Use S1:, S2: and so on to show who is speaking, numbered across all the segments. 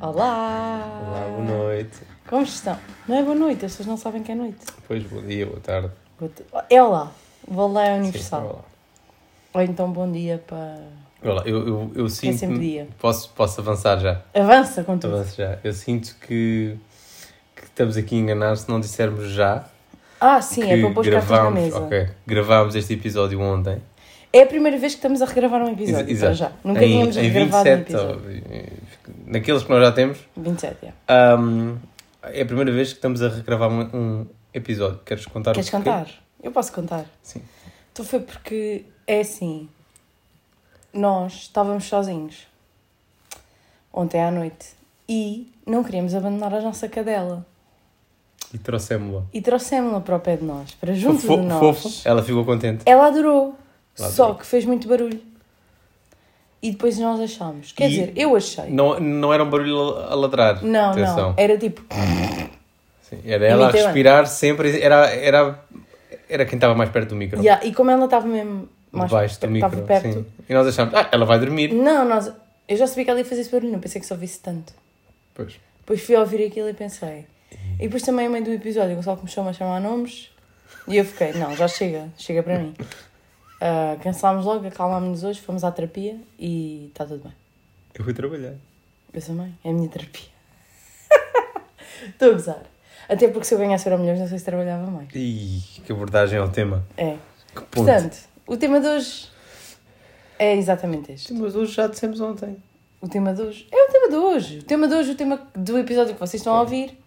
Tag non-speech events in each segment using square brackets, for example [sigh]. S1: Olá!
S2: Olá, boa noite.
S1: Como estão? Não é boa noite, as pessoas não sabem que é noite.
S2: Pois, bom dia, boa tarde.
S1: Boa t- É olá, o olá é universal.
S2: Sim,
S1: Ou então bom dia para.
S2: olá. Olá, eu, eu, eu sinto.
S1: É sempre dia.
S2: Posso, posso avançar já?
S1: Avança com tudo.
S2: Avanço já. Eu sinto que, que estamos aqui a enganar se não dissermos já.
S1: Ah, sim, é
S2: que
S1: para pôr as cartas na mesa.
S2: ok, gravámos este episódio ontem.
S1: É a primeira vez que estamos a regravar um episódio.
S2: Ex-
S1: para já. Nunca tínhamos regravado um episódio.
S2: ou- naqueles que nós já temos,
S1: 27, é.
S2: ahm, é a primeira vez que estamos a regravar um, um episódio. Queres contar o
S1: Queres
S2: porquê?
S1: contar? Eu posso contar.
S2: Sim.
S1: Então foi porque é assim. Nós estávamos sozinhos ontem à noite e não queríamos abandonar a nossa cadela.
S2: E trouxemos-la.
S1: E trouxemos-la para o pé de nós, para junto
S2: Fofo-
S1: de nós.
S2: fofo, ela ficou contente.
S1: Ela adorou,
S2: Ela
S1: só
S2: adorou.
S1: que fez muito barulho. E depois nós achámos. Quer
S2: E-
S1: dizer, eu achei.
S2: Não, não era um barulho a ladrar.
S1: Não,
S2: Atenção.
S1: não. Era tipo.
S2: Sim, era ela a
S1: Imitei bem.
S2: respirar sempre, era, era, era quem estava mais perto do micro.
S1: Yeah, e como ela estava mesmo mais
S2: Debaixo do
S1: per-
S2: micro.
S1: estava perto. Hum.
S2: Sim. E nós achámos, ah, ela vai dormir.
S1: Não, nós. Eu já sabia que ela ia fazer esse barulho, não pensei que só visse tanto.
S2: Pois.
S1: Depois fui ouvir aquilo e pensei. E depois também a meio do episódio, o Gonçalo começou-me a chamar nomes e eu fiquei, não, já chega, chega para mim. Ah, cancelámos logo, acalmámos-nos hoje, fomos à terapia e está tudo bem.
S2: Eu fui trabalhar.
S1: Eu também, é a minha terapia. [laughs] Estou a gozar. Até porque se eu ganhasse euro milhões, não sei se trabalhava mais.
S2: Ih, que abordagem ao tema.
S1: É.
S2: Que ponto.
S1: Portanto, o tema de hoje é exatamente este.
S2: Sim, mas hoje já dissemos ontem.
S1: O tema de hoje é o tema de hoje. O tema de hoje, o tema do episódio que vocês estão a ouvir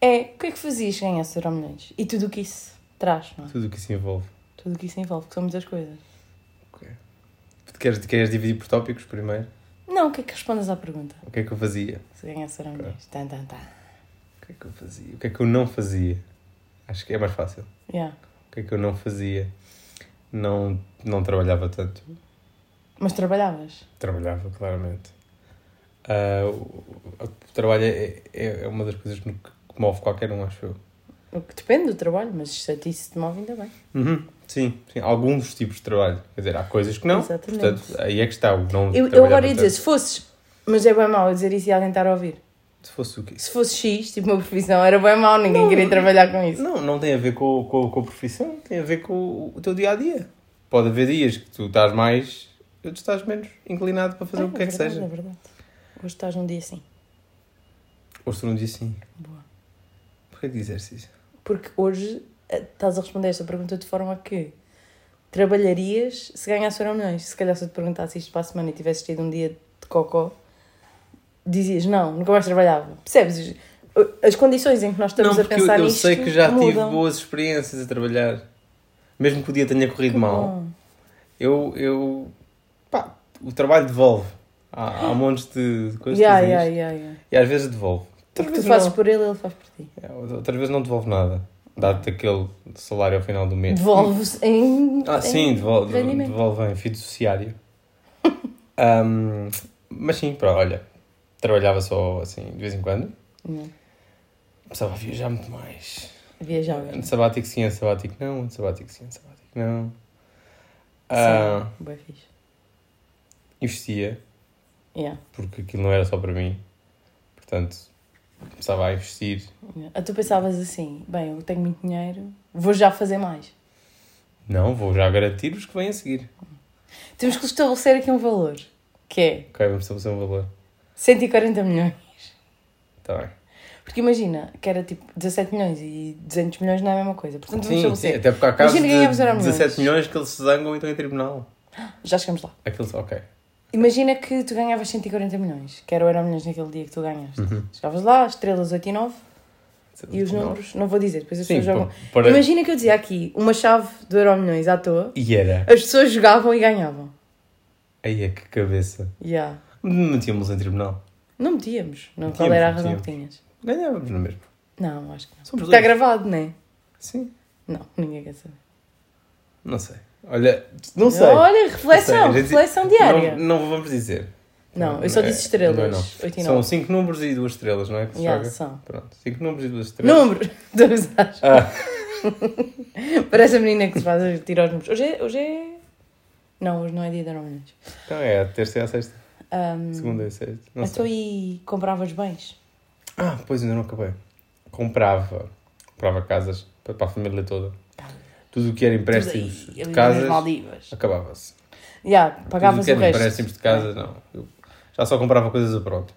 S1: é o que é que fazias se ganhasse euro milhões? E tudo o que isso traz, não é?
S2: Tudo o que isso envolve.
S1: Tudo o que isso envolve, que são muitas coisas.
S2: Queres, queres dividir por tópicos primeiro?
S1: Não, o que é que respondes à pergunta?
S2: O que é que eu fazia?
S1: Se ganhasse euro milhões. Tá, tá, tá.
S2: O que é que eu fazia? O que é que eu não fazia? Acho que é mais fácil.
S1: Yeah.
S2: O que é que eu não fazia? Não, não trabalhava tanto.
S1: Mas trabalhavas?
S2: Trabalhava, claramente. Ah, o, o trabalho é, é, é uma das coisas que que move qualquer um, acho eu.
S1: O que depende do trabalho, mas se a ti isso te move ainda bem.
S2: Uhum, Sim, sim, alguns tipos de trabalho. Quer dizer, há coisas que não.
S1: Exatamente.
S2: Portanto, aí é que está o não.
S1: Eu, eu
S2: trabalhar
S1: agora ia dizer,
S2: bastante.
S1: se fosses, mas é bem mau eu dizer isso e alguém estar a ouvir.
S2: Se fosse o quê?
S1: Se fosse X, tipo uma profissão, era bem mau, ninguém queria trabalhar com isso.
S2: Não, não tem a ver com, com, com a profissão, tem a ver com o teu dia a dia. Pode haver dias que tu estás mais, tu estás menos inclinado para fazer
S1: Ah,
S2: o que é que
S1: verdade,
S2: seja.
S1: É verdade. Hoje estás num dia assim.
S2: Hoje estou num dia assim.
S1: Boa.
S2: Porquê que disseste isso?
S1: Porque hoje eh, estás a responder esta pergunta de forma que trabalharias se ganhasse euro milhões. Se calhar se eu te perguntasse isto para a semana e tivesses tido um dia de cocó, dizias não, nunca mais trabalhava. Percebes? As condições em que nós estamos
S2: não,
S1: a
S2: porque eu,
S1: pensar
S2: eu
S1: nisto
S2: sei que já
S1: mudam.
S2: tive boas experiências a trabalhar. Mesmo que o dia tenha corrido mal,
S1: Bom,
S2: eu, eu. pá, o trabalho devolve. Há, há montes de de coisas
S1: Uhum. yeah,
S2: que
S1: yeah,
S2: yeah,
S1: yeah, yeah.
S2: E às vezes devolve.
S1: O que tu
S2: vezes
S1: fazes
S2: não.
S1: por ele, ele faz por ti.
S2: É, Outra vez não devolve nada. Dá-te aquele salário ao final do mês.
S1: Devolve-se em.
S2: Ah,
S1: em
S2: sim, devolve,
S1: rendimento.
S2: devolve em fiduciário. [laughs] Ahm, mas sim, pá, olha, trabalhava só assim de vez em quando.
S1: Não.
S2: Precisava viajar muito mais.
S1: Viajava.
S2: Ano sabático sim, ano sabático não, ano sabático sim, ano sabático não. Ah,
S1: Sim, bem fixe.
S2: investia,
S1: Yeah,
S2: porque aquilo não era só para mim. Portanto, começava a investir.
S1: yeah. Ah, Tu pensavas assim, bem, eu tenho muito dinheiro, vou já fazer mais.
S2: Não, vou já garantir-vos que vem a seguir.
S1: Temos que estabelecer aqui um valor, que é
S2: Ok, vamos estabelecer um valor.
S1: 140 milhões.
S2: Está bem.
S1: Porque imagina que era tipo 17 milhões e 200 milhões não é a mesma coisa. Portanto, vamos
S2: Sim, sim,
S1: estabelecer.
S2: até porque há casos de
S1: Imagina ganharmos euro milhões.
S2: 17 milhões que eles se zangam e estão em tribunal.
S1: Já chegamos lá.
S2: Aqueles, ok.
S1: Imagina que tu ganhavas 140 milhões, que era o euro milhões naquele dia que tu ganhaste.
S2: Uhum.
S1: Chegavas lá, estrelas 8 e 9, e os números, não vou dizer, depois as
S2: Sim,
S1: pessoas jogam.
S2: pa- para-
S1: Imagina que eu dizia aqui uma chave do euro milhões à toa,
S2: E era.
S1: as pessoas jogavam e ganhavam.
S2: Aí é que cabeça.
S1: Yeah.
S2: Metíamos em tribunal.
S1: Não metíamos. Não,
S2: Metíamos,
S1: qual era a razão
S2: metíamos.
S1: que tinhas?
S2: Ganhávamos no mesmo.
S1: Não, acho que não.
S2: Somos
S1: Está
S2: dois.
S1: gravado, não é?
S2: Sim.
S1: Não, ninguém quer saber.
S2: Não sei. Olha, não sei.
S1: Olha,
S2: Não sei,
S1: reflexão,
S2: a gente-
S1: reflexão diária.
S2: Não, não vamos dizer.
S1: Não, eu só disse estrelas.
S2: Não é, não.
S1: Oito e
S2: São
S1: nove.
S2: cinco números e duas estrelas, não é? Que se
S1: Yeah,
S2: joga?
S1: são.
S2: Pronto, cinco números e duas estrelas.
S1: Número! [laughs] Estou a usar.
S2: Ah.
S1: [laughs] Parece a menina que se faz tirar os números. Hoje é, hoje é. Não, hoje não é dia de Romulhas.
S2: Então é a terça e a sexta,
S1: Um,
S2: segunda e a sexta. Não
S1: então
S2: sei.
S1: e compravas bens?
S2: Ah, pois ainda não acabei. Comprava. Comprava casas pa- para a família toda. Tudo o que era empréstimos
S1: Tá. Tudo aí,
S2: de
S1: ali nas
S2: casas
S1: Maldivas.
S2: acabava-se.
S1: Já,
S2: Tudo o
S1: pagavas
S2: que
S1: o
S2: era
S1: resto.
S2: empréstimos de casas, não. Eu já só comprava coisas a pronto.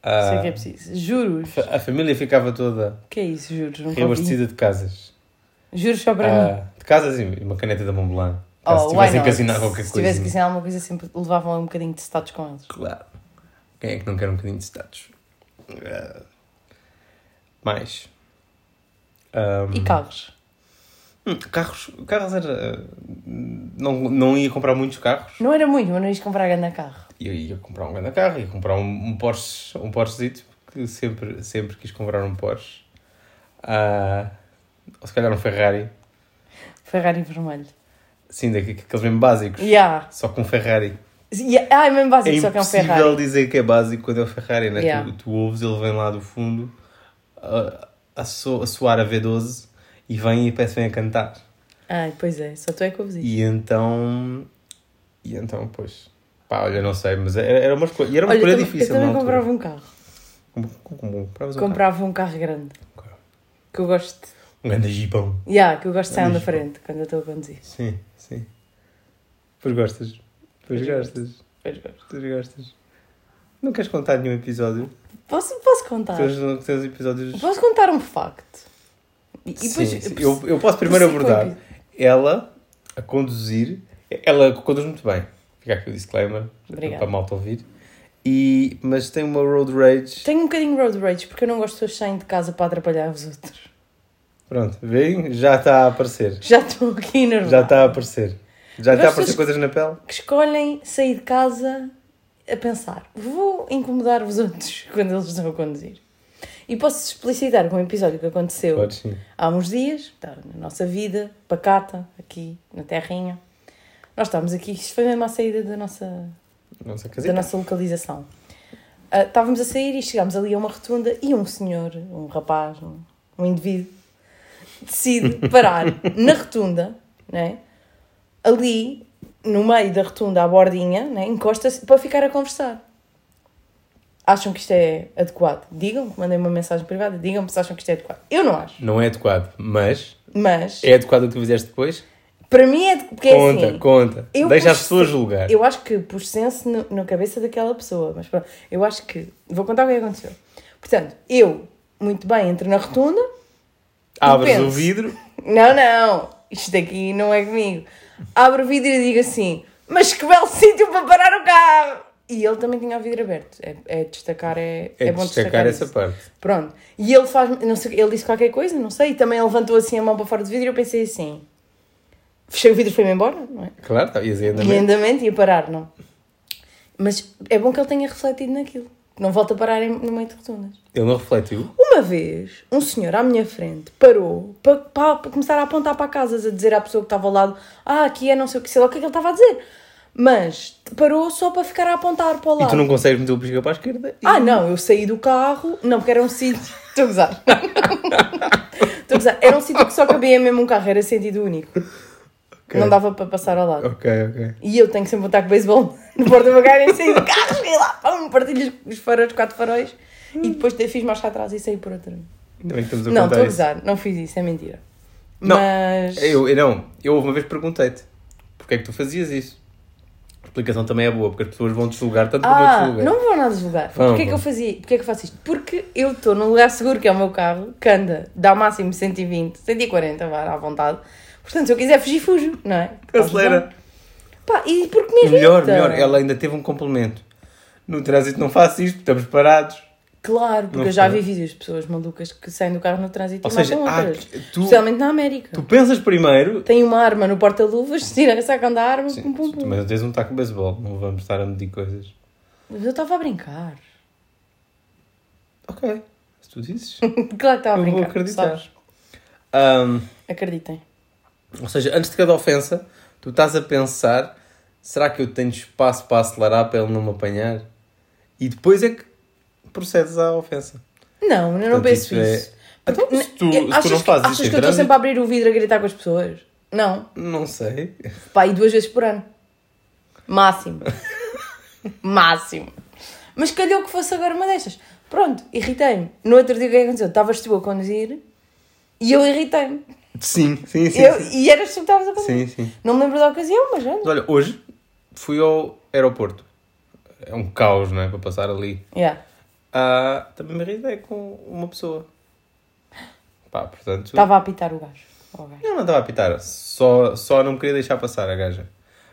S2: Ah,
S1: Sei que é preciso. Juros.
S2: fa- a família ficava toda
S1: Que é isso, juros? Não convido.
S2: reabastecida de casas.
S1: Juros só para mim.
S2: Ah, de casas e uma caneta da Montblanc.
S1: Oh,
S2: Caso
S1: why
S2: tivessem
S1: not?
S2: que assinar qualquer
S1: Se
S2: coisa.
S1: tivesse que assinar alguma coisa, sempre levavam um bocadinho de status com eles.
S2: Claro. Quem é que não quer um bocadinho de status? Ah, mais. Ah,
S1: E carros?
S2: hum, carros. Carros era. ah, Não, não ia comprar muitos carros.
S1: Não era muito, mas não ias comprar grande carro.
S2: Eu ia comprar um grande carro, ia comprar um, um Porsche, um Porschezito, que sempre, sempre quis comprar um Porsche. Ah, ou se calhar um Ferrari.
S1: Ferrari vermelho.
S2: Sim, daqu- daqueles mesmo básicos.
S1: Yeah.
S2: Só com um Ferrari.
S1: yeah. Ah, é mesmo básico,
S2: é
S1: só que é um
S2: impossível
S1: Ferrari.
S2: dizer que é básico quando é o Ferrari, né?
S1: Yeah.
S2: Tu, tu ouves, ele vem lá do fundo a, a, so- a soar a V12 e vem e parece que vem a cantar.
S1: Ai, pois é, só tu é que ouves isso.
S2: E então. E então, pois. Pá, olha, não sei, mas era, era uma escolha. E era uma
S1: Olha, eu
S2: escolha
S1: também-
S2: difícil,
S1: eu
S2: na
S1: também
S2: altura.
S1: comprava um carro.
S2: Como, como, como, compravas um carro?
S1: comprava um carro grande.
S2: Ok.
S1: Que eu gosto.
S2: Um grande jipão.
S1: De... Yeah, que eu gosto de sair
S2: Olha,
S1: da
S2: isso.
S1: frente quando eu estou a conduzir.
S2: Sim, sim. Pois gostas. Pois
S1: Pois
S2: gostas.
S1: Pois gosto.
S2: Pois gostas. Não queres contar nenhum episódio?
S1: Posso, posso contar?
S2: Tens, tens episódios.
S1: Posso contar um facto? E, e depois.
S2: Sim, sim. Eu, eu posso primeiro
S1: Sim,
S2: abordar.
S1: com-
S2: ela a conduzir, ela conduz muito bem, fica aqui o disclaimer
S1: Obrigada.
S2: para mal te ouvir, e, mas tem uma road rage.
S1: Tenho um bocadinho de road rage porque eu não gosto de pessoas saírem de casa para atrapalhar os outros. [laughs]
S2: Pronto, vem, já está a aparecer,
S1: Já estou aqui nervosa.
S2: já tá. está a aparecer, já está a
S1: Mas
S2: aparecer
S1: vocês-
S2: coisas na pele.
S1: Que escolhem sair de casa a pensar: vou incomodar os outros [laughs] quando eles estão a conduzir. E posso explicitar com um episódio que aconteceu
S2: Pode sim.
S1: há uns dias, tá, na nossa vida, pacata, aqui na terrinha. Nós estávamos aqui, isto foi mesmo à saída da nossa,
S2: Não sei
S1: da nossa localização. Ah, estávamos a sair e chegámos ali a uma rotunda e um senhor, um rapaz, um, um indivíduo, decide
S2: [laughs]
S1: parar na rotunda, né? ali no meio da rotunda, à bordinha, né? encosta-se para ficar a conversar. Acham que isto é adequado? Digam, mandem uma mensagem privada, digam-me se acham que isto é adequado. Eu não acho.
S2: Não é adequado, mas
S1: Mas,
S2: é adequado o que tu fizeste depois?
S1: para mim é de- porque é
S2: conta,
S1: assim.
S2: conta.
S1: eu
S2: Deixa as
S1: pus-
S2: pessoas julgar.
S1: Eu acho que pus senso no- na cabeça daquela pessoa, mas pronto, eu acho que. Vou contar o que aconteceu. Portanto, eu, muito bem, entro na rotunda.
S2: Abres
S1: penso.
S2: o vidro,
S1: Não, não, isto daqui não é comigo. Abro o vidro e digo assim: Mas que belo [laughs] sítio para parar o carro! E ele também tinha o vidro aberto. É, é destacar, é,
S2: é,
S1: é bom
S2: destacar
S1: destacar,
S2: essa
S1: isso.
S2: parte.
S1: Pronto. E ele faz, não sei, ele disse qualquer coisa, não sei, e também levantou assim a mão para fora do vidro e eu pensei assim. Fechei o vidro e fui-me embora, não é?
S2: Claro, tá, ias ainda
S1: E
S2: bem.
S1: andamento ia parar, não. Mas é bom que ele tenha refletido naquilo. que Não volta a parar em- no meio de rotundas.
S2: Ele não refletiu.
S1: Uma vez, um senhor à minha frente parou para, para, para começar a apontar para casas, a dizer à pessoa que estava ao lado: Ah, aqui é não sei o que, sei lá o que é que ele estava a dizer. Mas parou só para ficar a apontar para o
S2: E
S1: lado.
S2: tu não consegues meter o pisca para a esquerda? e-
S1: Ah, não, eu saí do carro, não, porque era um sítio. [laughs] Estou a gozar. Estou a gozar. Era um sítio que só cabia mesmo um carro, era sentido único.
S2: Ok.
S1: Não dava para passar ao lado.
S2: Ok, ok.
S1: E eu tenho que sempre botar com beisebol [laughs] no porta-bagagem, saí do carro, cheguei lá, pum, partilho os faróis, quatro faróis e depois fiz mais para trás e saí por outro.
S2: Ainda bem que estamos a
S1: Não,
S2: contar
S1: estou a
S2: isso.
S1: gozar, não fiz isso, é mentira.
S2: Não,
S1: Mas.
S2: Eu, eu não, eu uma vez perguntei-te porque é que tu fazias isso. A explicação também é boa, porque as pessoas vão te julgar tanto como eu
S1: Ah,
S2: te [laughs] julguei.
S1: não vou nada divulgar.
S2: Vamos,
S1: Porquê é que eu
S2: vamos.
S1: fazia? Porquê é que eu faço isto? Porque eu estou num lugar seguro que é o meu carro, que anda, dá máximo 120, 140, vá à vontade. Portanto, se eu quiser fugir, fujo, não é?
S2: Acelera.
S1: Pá, e porque me
S2: E
S1: irrita.
S2: Melhor, melhor, ela ainda teve um complemento. No trânsito não faço isto, estamos parados.
S1: Claro, porque
S2: Não
S1: eu já
S2: foi.
S1: vi vídeos de pessoas malucas que saem do carro no trânsito
S2: Ou
S1: e
S2: seja,
S1: matam
S2: há
S1: outras.
S2: que- tu-
S1: Especialmente na América.
S2: Tu pensas primeiro.
S1: Tem uma arma no porta-luvas, [laughs] tira, sacam da arma, pum, pum,
S2: Tu,
S1: pum.
S2: mas não tens um taco de beisebol, não vamos estar a medir coisas.
S1: Mas eu estava a brincar. [laughs]
S2: Ok, se tu dizes,
S1: [laughs] Claro que estava a
S2: eu vou
S1: brincar.
S2: acreditar.
S1: sabes?
S2: Ahm,
S1: Acreditem.
S2: ou seja, antes de cada ofensa, tu estás a pensar será que eu tenho espaço para acelerar para ele não me apanhar? E depois é que procedes à ofensa.
S1: Não, eu não
S2: Portanto,
S1: penso
S2: isso é-
S1: isso.
S2: Então,
S1: Porque
S2: se tu-
S1: ne-
S2: se tu
S1: achas
S2: não
S1: que-
S2: fazes
S1: Achas
S2: isso é em
S1: que eu estou
S2: trânsito?
S1: sempre a abrir o vidro a gritar com as pessoas? Não.
S2: Não sei.
S1: Pá, e duas vezes por ano.
S2: [laughs]
S1: Máximo. Máximo. Mas calhou que fosse agora uma destas. Pronto, irritei-me. No outro dia o que é que aconteceu? Estavas tu a conduzir e eu irritei-me.
S2: Sim, sim, sim.
S1: Eu-
S2: sim.
S1: E eras tu que estavas a conduzir.
S2: Sim, sim.
S1: Não me lembro da ocasião, mas olha.
S2: Mas olha, hoje fui ao aeroporto. É um caos, não é? Para passar ali.
S1: Yeah.
S2: Ah, também me irritei com uma pessoa. Pá, portanto.
S1: Estava a apitar o gajo. Ou o gajo.
S2: Não, não estava a apitar. Só, só não queria deixar passar a gaja.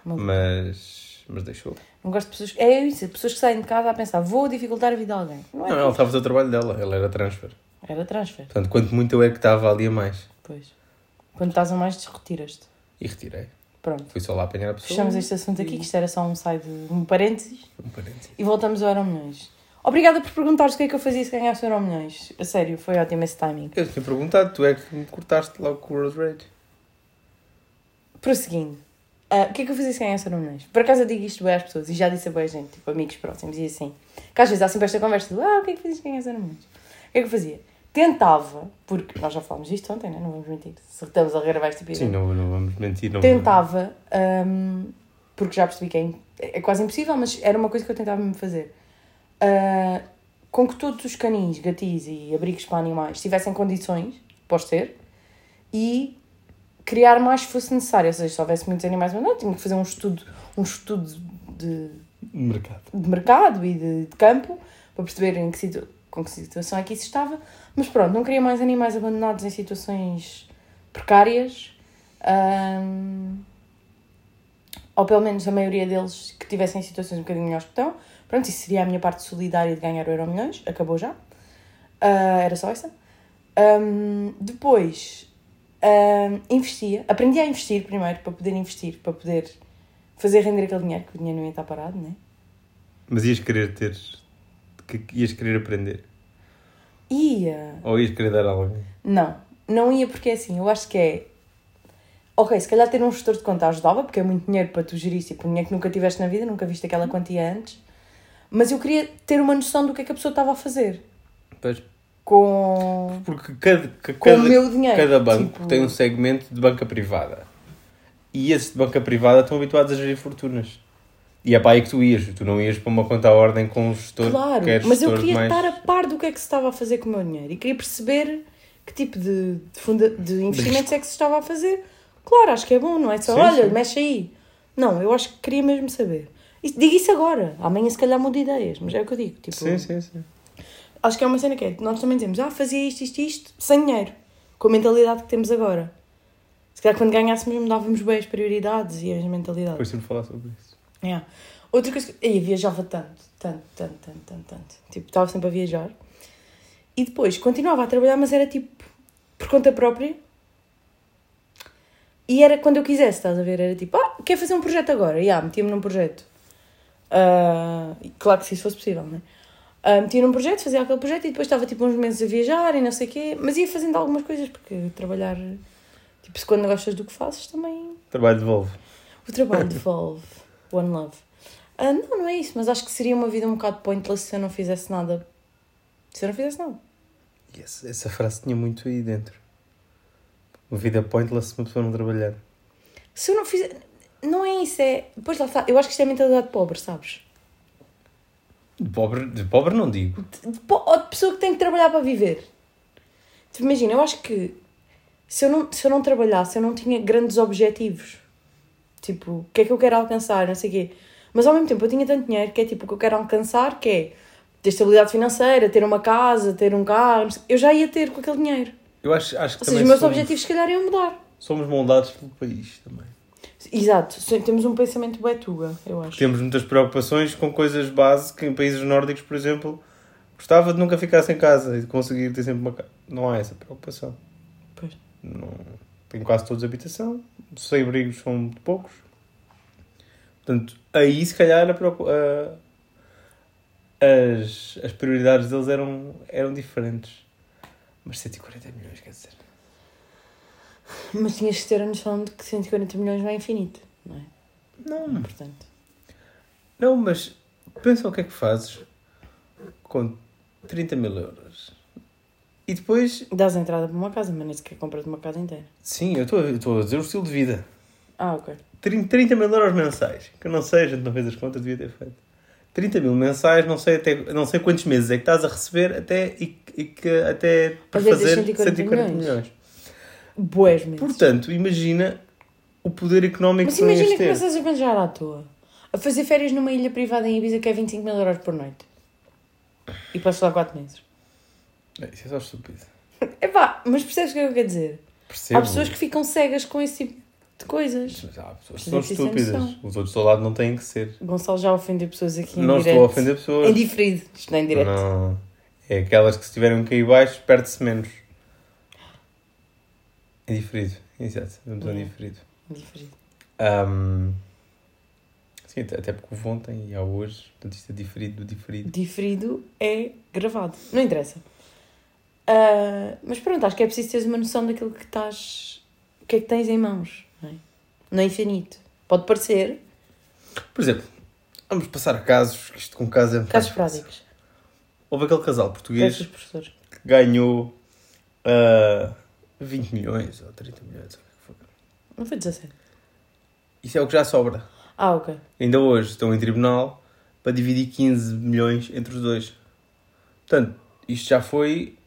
S1: Maluco.
S2: Mas. Mas deixou.
S1: Não gosto de pessoas. É isso, pessoas que saem de casa a pensar, vou dificultar a vida de alguém. Não é?
S2: Não, ela estava a fazer o trabalho dela. Ela era transfer.
S1: Era transfer.
S2: Portanto, quanto muito eu era que estava ali a mais.
S1: Pois. Quando estás a mais, retiras-te.
S2: E retirei.
S1: Pronto.
S2: Fui só lá apanhar a pessoa.
S1: Fechamos este assunto aqui, que isto era só um side, um parênteses,
S2: Um parênteses.
S1: e voltamos ao Euro Milhões. Obrigada por perguntares o que é que eu fazia se ganhasse o Euro Milhões. A sério, foi ótimo esse timing.
S2: Eu tinha perguntado, tu é que me cortaste logo com o World Rage.
S1: Prosseguindo. Ah, o que é que eu fazia se ganhasse o Euro Milhões? Por acaso eu digo isto bem às pessoas, e já disse a bem a gente, tipo amigos próximos, e assim. Que às vezes há sempre esta conversa do, ah, o que é que fazias se ganhasse o Euro Milhões? O que é que eu fazia? Tentava, porque nós já falámos disto ontem, né? não vamos mentir, acertamos a gravar este episódio.
S2: Sim, não, não vamos mentir. Não
S1: Tentava, hum, porque já percebi que é, im- é quase impossível, mas era uma coisa que eu tentava mesmo fazer. Ah, com que todos os canis, gatis e abrigos para animais tivessem condições, pode ter, e criar mais se fosse necessário. Ou seja, se houvesse muitos animais, mas não, tinha que fazer um estudo, um estudo de,
S2: Mercado.
S1: de mercado e de, de campo para perceber em que situ- com que situação é que isso estava. Mas pronto, não queria mais animais abandonados em situações precárias. Ahm, ou pelo menos a maioria deles que tivessem situações um bocadinho melhores que estão. Pronto, isso seria a minha parte solidária de ganhar o Euro Milhões. Acabou já. Ah, era só essa. Ahm, depois, ahm, investia. Aprendi a investir primeiro, para poder investir, para poder fazer render aquele dinheiro, que o dinheiro não ia estar parado, né?
S2: Mas ias querer ter. Que que ias querer aprender.
S1: Ia.
S2: Ou ias querer dar a alguém.
S1: Não, não ia porque é assim, eu acho que é. Ok, se calhar ter um gestor de conta ajudava, porque é muito dinheiro para tu gerir, tipo, dinheiro que nunca tiveste na vida, nunca viste
S2: Uhum.
S1: aquela quantia antes. Mas eu queria ter uma noção do que é que a pessoa estava a fazer
S2: Pois.
S1: com.
S2: Porque cada, ca-
S1: Com o
S2: cada,
S1: meu dinheiro,
S2: cada banco
S1: tipo-
S2: tem um segmento de banca privada. E esses de banca privada estão habituados a gerir fortunas. E é para aí que tu ias. Tu não ias para uma conta à ordem com um gestor.
S1: Claro,
S2: que é
S1: mas eu
S2: gestor de
S1: queria
S2: mais-
S1: estar a par do que é que se estava a fazer com o meu dinheiro e queria perceber que tipo de, de, funda- de investimentos é que se estava a fazer. Claro, acho que é bom, não é só
S2: Sim,
S1: olha,
S2: sim.
S1: mexe aí. Não, eu acho que queria mesmo saber. E digo isso agora, amanhã se calhar mudo de ideias, mas é o que eu digo. Tipo,
S2: Sim, sim, sim.
S1: Acho que é uma cena que é, nós também dizemos, ah, fazia isto, isto, isto, sem dinheiro, com a mentalidade que temos agora. Se calhar quando ganhássemos mudávamos bem as prioridades e as mentalidades.
S2: Depois temos de falar sobre isso.
S1: Yeah. É. Outra coisa que. Aí viajava tanto, tanto, tanto, tanto, tanto, tanto. Tipo, estava sempre a viajar. E depois continuava a trabalhar, mas era tipo por conta própria. E era quando eu quisesse, estás a ver? Era tipo, ah, quer fazer um projeto agora? Yeah, metia-me num projeto. Ah, e claro que se isso fosse possível, não é? Ah, metia num projeto, fazia aquele projeto e depois estava tipo uns meses a viajar e não sei o quê. Mas ia fazendo algumas coisas, porque trabalhar. Tipo, se quando não gostas do que fazes, também
S2: Trabalho devolve.
S1: o trabalho devolve. One Love. Ah, não, não é isso, mas acho que seria uma vida um bocado pointless se eu não fizesse nada. Se eu não fizesse nada.
S2: E essa, essa frase tinha muito aí dentro. Uma vida pointless se uma pessoa não trabalhar.
S1: Se eu não fizer. Não é isso, é. Pois lá está. Eu acho que isto é mentalidade pobre, sabes?
S2: De pobre, de pobre não digo.
S1: De, de po- ou de pessoa que tem que trabalhar para viver. Tipo, imagina, eu acho que se eu, não, se eu não trabalhasse, eu não tinha grandes objetivos. Tipo, o que é que eu quero alcançar, não sei o quê. Mas ao mesmo tempo eu tinha tanto dinheiro que é tipo o que eu quero alcançar, que é ter estabilidade financeira, ter uma casa, ter um carro. não sei- Eu já ia ter com aquele dinheiro.
S2: Eu acho, acho que
S1: Ou seja,
S2: também
S1: os meus
S2: somos,
S1: objetivos se calhar iam mudar.
S2: somos moldados pelo país também.
S1: Exato, se- temos um pensamento betuga, eu acho.
S2: Temos muitas preocupações com coisas base que em países nórdicos, por exemplo, gostava de nunca ficar sem casa e de conseguir ter sempre uma casa. Não há essa preocupação.
S1: Pois.
S2: Não... Tem quase todos habitação, sem abrigos são muito poucos. Portanto, aí se calhar a preocu- a- as, as prioridades deles eram, eram diferentes. Mas 140 milhões, quer dizer.
S1: Mas tinhas que ter a noção de que 140 milhões não é infinito, não é?
S2: Não,
S1: Portanto,
S2: não, mas pensa o que é que fazes com 30 mil euros. E depois,
S1: dás a entrada para uma casa, mas nem sequer compras uma casa inteira.
S2: sim, eu estou a- eu estou a dizer o estilo de vida.
S1: Ah, ok.
S2: 30, 30 mil euros mensais. Que eu não sei, a gente não fez as contas, devia ter feito. 30 mil mensais, não sei, até, não sei quantos meses é que estás a receber até, e, e que, até para
S1: Até
S2: fazer
S1: 140
S2: 140, milhões.
S1: milhões. Boés mesmo.
S2: Portanto, imagina o poder económico
S1: Mas
S2: que não ias
S1: imagina que
S2: ter.
S1: começas a banjar à toa. A fazer férias numa ilha privada em Ibiza que é 25 mil euros por noite. E passas lá 4 meses.
S2: É, Isso é só estúpido.
S1: Epá, mas percebes o que é que eu quero dizer?
S2: Percebo.
S1: Há pessoas que ficam cegas com esse tipo de coisas.
S2: Mas há pessoas que
S1: Mas
S2: são
S1: é preciso ter
S2: estúpidas.
S1: noção.
S2: Os outros ao lado não têm que ser.
S1: Gonçalo já ofendeu pessoas aqui em
S2: não
S1: direto.
S2: estou a ofender pessoas.
S1: Em diferido. Isto não é em direto.
S2: Não. É aquelas que se tiverem que cair baixo, perde-se menos. É diferido. Exato. Vamos ao
S1: Uhum.
S2: diferido.
S1: Em diferido.
S2: Ahm, sim, até até porque houve ontem e há hoje, portanto isto é diferido do diferido.
S1: Diferido é gravado. Não interessa. Ah, mas pronto, acho que é preciso teres uma noção daquilo que estás... O que é que tens em mãos. Não é, não é infinito. Pode parecer.
S2: Por exemplo, vamos passar a casos, que isto com casos é um
S1: Casos
S2: bocado
S1: práticos.
S2: difícil. Houve aquele casal
S1: Peço
S2: português
S1: os professores.
S2: que ganhou ah, 20 milhões ou 30 milhões. ou o que foi.
S1: Não foi 17.
S2: Isso é o que já sobra.
S1: Ah, ok.
S2: Ainda hoje estão em tribunal para dividir 15 milhões entre os dois. Portanto, isto já foi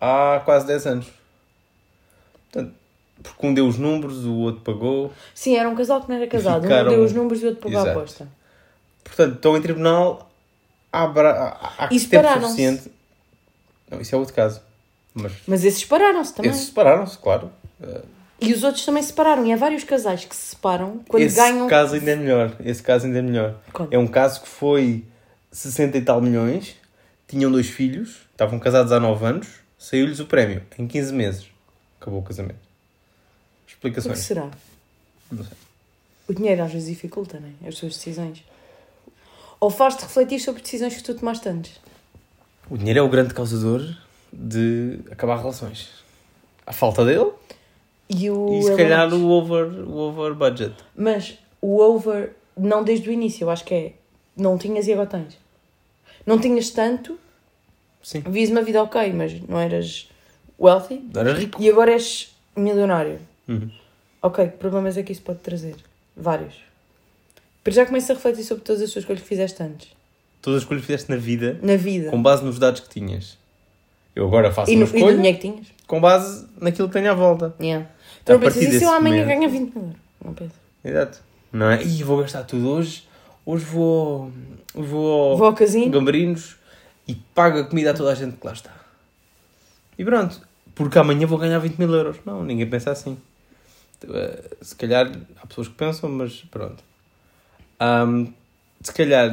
S2: há quase 10 anos. Portanto, porque um deu os números, o outro pagou.
S1: Sim, era um casal que não era casado.
S2: Ficaram-
S1: Um deu os números e o outro pagou a
S2: Exato.
S1: aposta.
S2: Portanto, estão em tribunal há, bra... há- há
S1: E
S2: tempo
S1: separaram-se.
S2: suficiente. Não, isso é outro caso. Mas
S1: Mas esses separaram-se também.
S2: eles separaram-se, claro. Uh,
S1: E os outros também se separaram. E há vários casais que se separam quando
S2: Esse
S1: ganham.
S2: caso ainda é melhor. Esse caso ainda é melhor.
S1: Conta.
S2: É um caso que foi 60 e tal milhões, tinham dois filhos, estavam casados há 9 anos, saiu-lhes o prémio em 15 meses. Acabou o casamento.
S1: O que
S2: Explicações.
S1: será?
S2: Não sei.
S1: O dinheiro às vezes dificulta, não é? As tuas decisões. Ou faz-te refletir sobre decisões que tu tomaste antes.
S2: O dinheiro é o grande causador de acabar relações. A falta dele
S1: E, o
S2: e se
S1: Elon
S2: calhar
S1: Musk.
S2: o over, o over budget.
S1: Mas o over, não desde o início, eu acho que é. Não tinhas e agora tens. Não tinhas tanto,
S2: Sim.
S1: vives uma vida ok, mas não eras wealthy.
S2: Era rico.
S1: E agora és milionário.
S2: Uhum.
S1: Ok, que problemas é que isso pode trazer? Vários. Para já começa a refletir sobre todas as tuas escolhas que fizeste antes.
S2: Todas as escolhas que fizeste na vida
S1: Na vida.
S2: com base nos dados que tinhas. Eu agora faço
S1: E,
S2: uma
S1: no, e do
S2: escolha
S1: dinheiro que tinhas.
S2: com base naquilo que tenho à volta.
S1: Yeah. Tu não
S2: A partir
S1: pensas, e se
S2: desse
S1: eu amanhã
S2: momento-
S1: ganho 20 mil euros? Não penso.
S2: Exato. Não é? Ih, vou gastar tudo hoje. Hoje vou. Vou.
S1: Vou ao casino.
S2: Gambarinos e pago a comida a toda a gente que lá está. E pronto. Porque amanhã vou ganhar 20 mil euros. Não, ninguém pensa assim. Eh, Se calhar há pessoas que pensam, mas pronto. Ahm, se calhar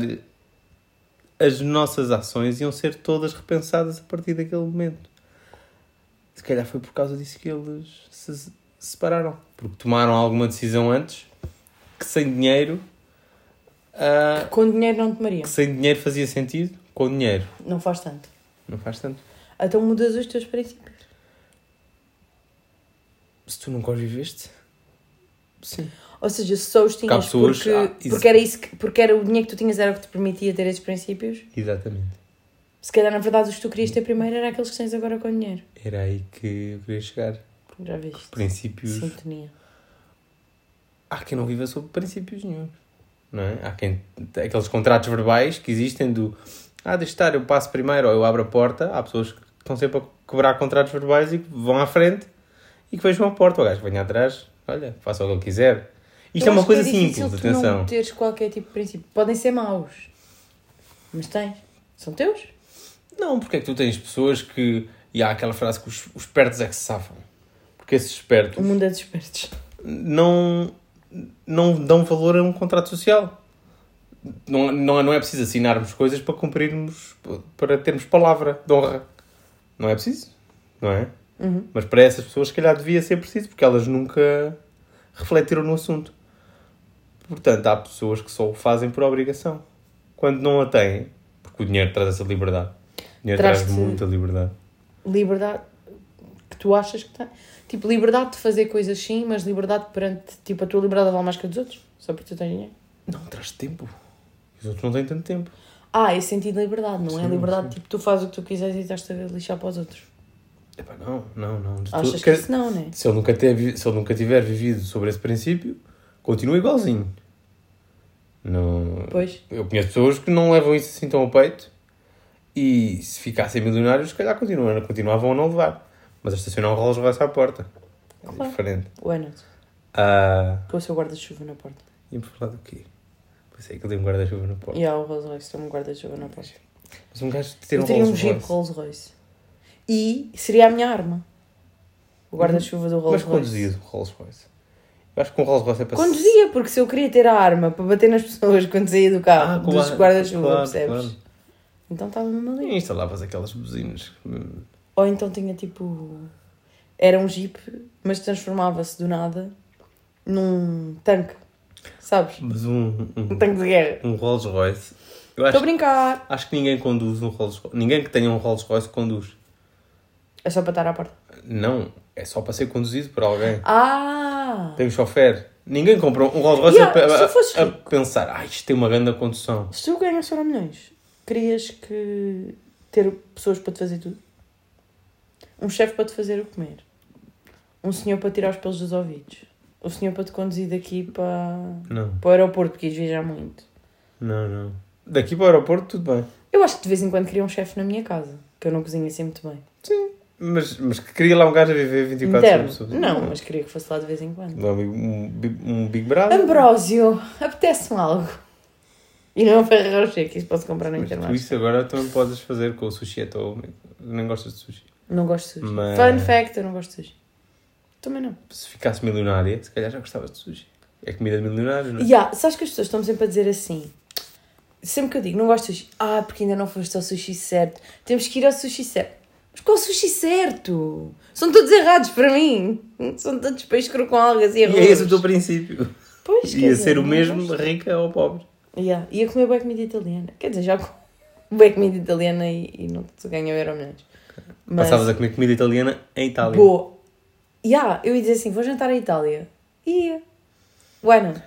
S2: as nossas ações iam ser todas repensadas a partir daquele momento. Se calhar foi por causa disso que eles se separaram. Porque tomaram alguma decisão antes que sem dinheiro. ah,
S1: Com dinheiro não tomaria.
S2: que sem dinheiro fazia sentido, com dinheiro.
S1: Não faz tanto.
S2: Não faz tanto.
S1: Então mudas os teus princípios.
S2: Se tu nunca os viveste. Sim.
S1: Ou seja, só os
S2: Cá
S1: tinhas
S2: pessoas-
S1: porque,
S2: ah, isso-
S1: porque era isso que, porque era o dinheiro que tu tinhas era o que te permitia ter esses princípios.
S2: Exatamente.
S1: Se calhar, na verdade, os que tu querias ter primeiro era aqueles que tens agora com dinheiro.
S2: Era aí que eu queria chegar.
S1: Porque Já viste.
S2: Princípios.
S1: Sintonia.
S2: Há quem não viva sob princípios nenhum. Não é? Há quem. Aqueles contratos verbais que existem do. Ah, deixa estar, eu passo primeiro ou eu abro a porta. Há pessoas que estão sempre a quebrar contratos verbais e que vão à frente e que vejam a porta. O gajo que venha atrás, olha, faça o que ele quiser. Isto
S1: Eu
S2: é uma
S1: acho que
S2: coisa
S1: difícil
S2: simples,
S1: tu não
S2: atenção.
S1: teres qualquer tipo de princípio. Podem ser maus, mas tens. São teus?
S2: Não, porque é que tu tens pessoas que. E há aquela frase que os, os espertos é que se safam. Porque esses
S1: O
S2: espertos
S1: mundo é dos espertos.
S2: não, não dão valor a um contrato social. Não, não, não é preciso assinarmos coisas para cumprirmos, para termos palavra de honra. Não é preciso, não é?
S1: Uhum.
S2: Mas para essas pessoas, se calhar, devia ser preciso, porque elas nunca refletiram no assunto. Portanto, há pessoas que só o fazem por obrigação. Quando não a têm, porque o dinheiro traz essa liberdade. O dinheiro traz
S1: Traz-te-
S2: muita liberdade.
S1: Liberdade que tu achas que tens. Tipo, liberdade de fazer coisas sim, mas liberdade perante. Tipo, a tua liberdade vale mais que a dos outros, só porque tu tens dinheiro.
S2: Não, traz tempo. Os outros não têm tanto tempo.
S1: Ah, esse sentido de liberdade, não é?
S2: Sim,
S1: Liberdade,
S2: sim.
S1: tipo, tu fazes o que tu quiseres e estás-te a lixar para os outros.
S2: Epá, não, não, não. De todo.
S1: Achas que
S2: Quer-
S1: isso não, né?
S2: se, ele nunca ter, vi- se ele nunca tiver vivido sobre esse princípio, continua igualzinho. Não...
S1: Pois.
S2: Eu conheço pessoas que não levam isso assim tão ao peito e se ficassem milionários, se calhar continuam, continuavam a não levar. Mas a estacionar um relógio vai-se à porta. É
S1: Claro.
S2: diferente.
S1: O Enot,
S2: Ah,
S1: com o seu guarda-chuva na porta.
S2: e por falar do quê? Pensei que ele tem um guarda-chuva na porta.
S1: E há o Rolls Royce, tem um guarda-chuva na porta.
S2: Mas um gajo de ter
S1: Eu
S2: um
S1: teria um
S2: Rolls
S1: Jeep
S2: Royce.
S1: Rolls Royce. E seria a minha arma. O guarda-chuva do
S2: Mas
S1: Rolls Royce.
S2: conduzido o Rolls Royce. Eu acho que um Rolls Royce é para
S1: Conduzia, porque se eu queria ter a arma para bater nas pessoas quando saía do carro,
S2: com
S1: dos
S2: a-
S1: guarda-chuva,
S2: Ah, claro,
S1: percebes?
S2: claro.
S1: Então estava mesmo ali.
S2: E instalavas aquelas buzinas. Hum,
S1: Ou então tinha tipo. Era um jeep, mas transformava-se do nada num tanque. Sabes?
S2: Mas um, um,
S1: Um tanque de guerra.
S2: um Rolls Royce.
S1: Estou
S2: Eu
S1: a
S2: acho,
S1: brincar!
S2: acho que ninguém conduz um Rolls Royce. Ninguém que tenha um Rolls Royce conduz.
S1: É só para estar à porta.
S2: Não, é só para ser conduzido por alguém.
S1: Ah!
S2: Tem um chofer. Ninguém compra um Rolls Royce
S1: Yeah,
S2: a,
S1: se
S2: a-
S1: eu fosse
S2: a pensar, ah, isto tem uma grande condução.
S1: Se tu ganhas só milhões, querias que. ter pessoas para te fazer tudo? Um chefe para te fazer o comer? Um senhor para tirar os pelos dos ouvidos? Um senhor para te conduzir daqui para.
S2: Não,
S1: para o aeroporto, porque ias viajar muito?
S2: não, não. Daqui para o aeroporto, tudo bem.
S1: Eu acho que de vez em quando queria um chefe na minha casa, que eu não cozinho assim muito bem.
S2: Mas, mas que queria lá um gajo a viver 24
S1: Interno.
S2: horas.
S1: Não, mas queria que fosse lá de vez em quando.
S2: Não é um, um, um Big Brother.
S1: Ambrósio, apetece-me algo. E não é um Ferrero Rocher, que isso posso comprar no
S2: Mas tu
S1: internet.
S2: isso agora também podes fazer com o sushi até o- Nem gostas de sushi.
S1: Não gosto de sushi.
S2: Mas-
S1: Fun fact, eu não gosto de sushi. Também não.
S2: Se ficasse milionária, se calhar já gostavas de sushi. É comida de milionário, não é?
S1: E yeah, sabes que as pessoas estão sempre a dizer assim. Sempre que eu digo, não gosto de sushi. Ah, porque ainda não foste ao sushi certo. Temos que ir ao sushi certo. Mas qual é sushi certo? São todos errados para mim. São todos peixes cru com algas e
S2: E
S1: arroz.
S2: é esse o teu princípio.
S1: Pois, quer
S2: Ia
S1: dizer,
S2: ser o
S1: não
S2: mesmo,
S1: gosto.
S2: rica ou pobre.
S1: Yeah. Ia comer boa comida italiana. Quer dizer, [laughs] já comi boa comida italiana e, e não te ganhou euro milhões. Mas
S2: Passavas a comer comida italiana em Itália.
S1: boa. Yeah, eu ia dizer assim, vou jantar à Itália. Ia. Why not?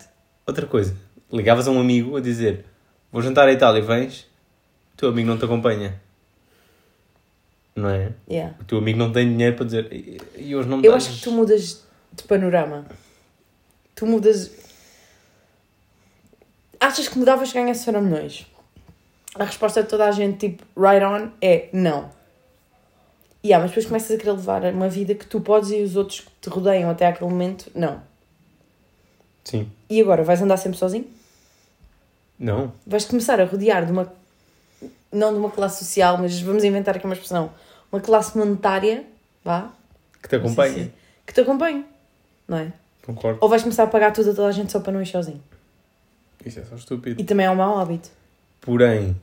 S2: Outra coisa, ligavas a um amigo a dizer: Vou jantar à Itália, vens? O teu amigo não te acompanha. Não é?
S1: Yeah.
S2: O teu amigo não tem dinheiro para dizer. "E- E hoje não me
S1: Eu
S2: dás."
S1: acho que tu mudas de panorama. Tu mudas... Achas que mudavas se ganhasse euro milhões? A resposta de toda a gente, tipo, right on, é não. Yeah, mas depois começas a querer levar uma vida que tu podes e os outros que te rodeiam até aquele momento, não.
S2: Sim.
S1: E agora, vais andar sempre sozinho?
S2: Não.
S1: Vais começar a rodear de uma. não de uma classe social, mas vamos inventar aqui uma expressão. Uma classe monetária, vá.
S2: Que te
S1: não sei
S2: acompanha.
S1: se- que te acompanhe, não é?
S2: Concordo.
S1: Ou vais começar a pagar tudo a toda a gente só para não ir sozinho.
S2: Isso é só estúpido.
S1: Oh. E também é um mau hábito.
S2: Porém,